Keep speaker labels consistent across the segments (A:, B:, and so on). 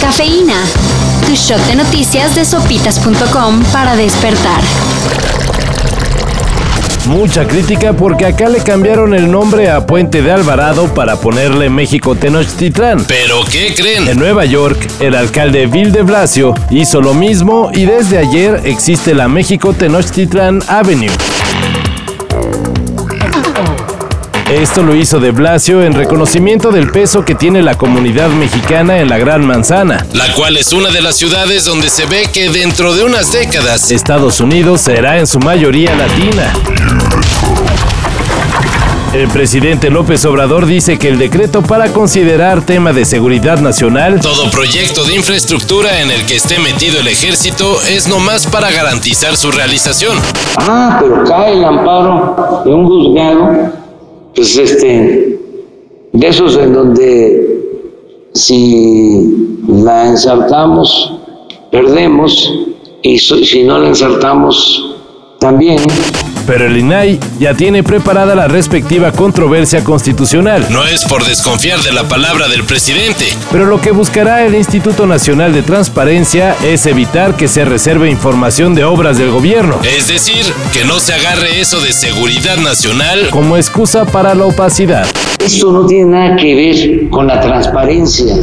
A: Cafeína. Tu shot de noticias de sopitas.com para despertar.
B: Mucha crítica porque acá le cambiaron el nombre a Puente de Alvarado para ponerle México Tenochtitlán.
C: ¿Pero qué creen?
B: En Nueva York, el alcalde Bill de Blasio hizo lo mismo y desde ayer existe la México Tenochtitlán Avenue. Esto lo hizo de Blasio en reconocimiento del peso que tiene la comunidad mexicana en la Gran Manzana.
C: La cual es una de las ciudades donde se ve que dentro de unas décadas
B: Estados Unidos será en su mayoría latina. El presidente López Obrador dice que el decreto para considerar tema de seguridad nacional
C: todo proyecto de infraestructura en el que esté metido el ejército es nomás para garantizar su realización.
D: Ah, pero cae el amparo de un juzgado, pues este, de esos en donde si la ensartamos, perdemos, y so- si no la ensartamos, también.
B: Pero el INAI ya tiene preparada la respectiva controversia constitucional.
C: No es por desconfiar de la palabra del presidente.
B: Pero lo que buscará el Instituto Nacional de Transparencia es evitar que se reserve información de obras del gobierno,
C: Es decir, que no se agarre eso de seguridad nacional.
B: como excusa para la opacidad.
D: Esto no tiene nada que ver con la transparencia.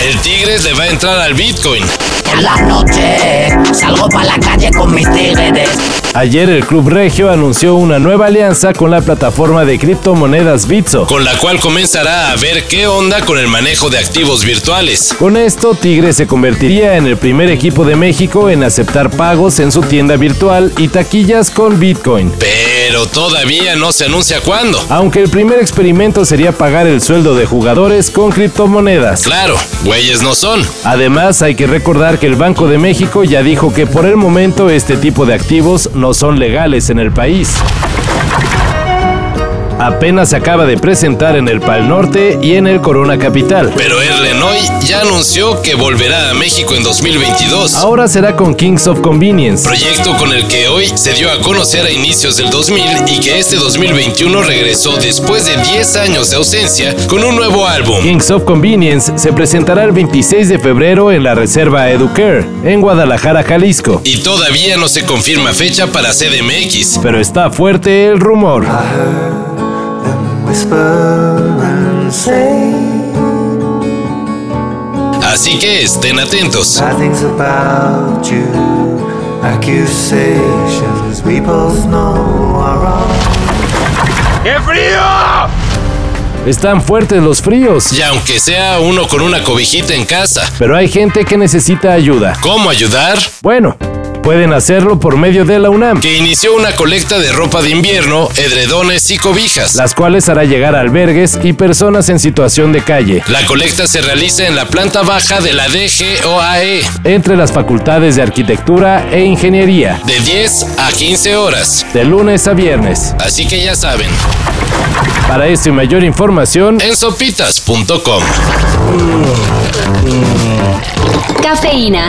C: El Tigres le va a entrar al Bitcoin.
E: Por la noche salgo para la calle con mis tigres.
B: Ayer el Club Regio anunció una nueva alianza con la plataforma de criptomonedas Bitso.
C: con la cual comenzará a ver qué onda con el manejo de activos virtuales.
B: Con esto, Tigre se convertiría en el primer equipo de México en aceptar pagos en su tienda virtual y taquillas con Bitcoin.
C: Pero todavía no se anuncia cuándo.
B: Aunque el primer experimento sería pagar el sueldo de jugadores con criptomonedas.
C: Claro, güeyes no son.
B: Además, hay que recordar que el Banco de México ya dijo que por el momento este tipo de activos no son legales en el país. Apenas se acaba de presentar en el Pal Norte y en el Corona Capital.
C: Pero Erlenoy ya anunció que volverá a México en 2022.
B: Ahora será con Kings of Convenience.
C: Proyecto con el que hoy se dio a conocer a inicios del 2000 y que este 2021 regresó después de 10 años de ausencia con un nuevo álbum.
B: Kings of Convenience se presentará el 26 de febrero en la Reserva Educare, en Guadalajara, Jalisco.
C: Y todavía no se confirma fecha para CDMX.
B: Pero está fuerte el rumor.
F: whisper and say
C: Así que estén atentos.
F: bad things about you. Accusations we both know are wrong.
B: Están fuertes los fríos,
C: Y aunque sea uno con una cobijita en casa,
B: pero hay gente que necesita ayuda.
C: ¿cómo ayudar?
B: Bueno, pueden hacerlo por medio de la UNAM,
C: que inició una colecta de ropa de invierno, edredones y cobijas. La,
B: las cuales hará llegar a albergues y personas en situación de calle,
C: colecta se realiza en la planta baja de la DGOAE,
B: entre las facultades de arquitectura e ingeniería,
C: de 10 a 15 horas.
B: de lunes a viernes.
C: Así que ya saben,
B: Para esto y mayor información,
C: en sopitas.com.
A: Cafeína.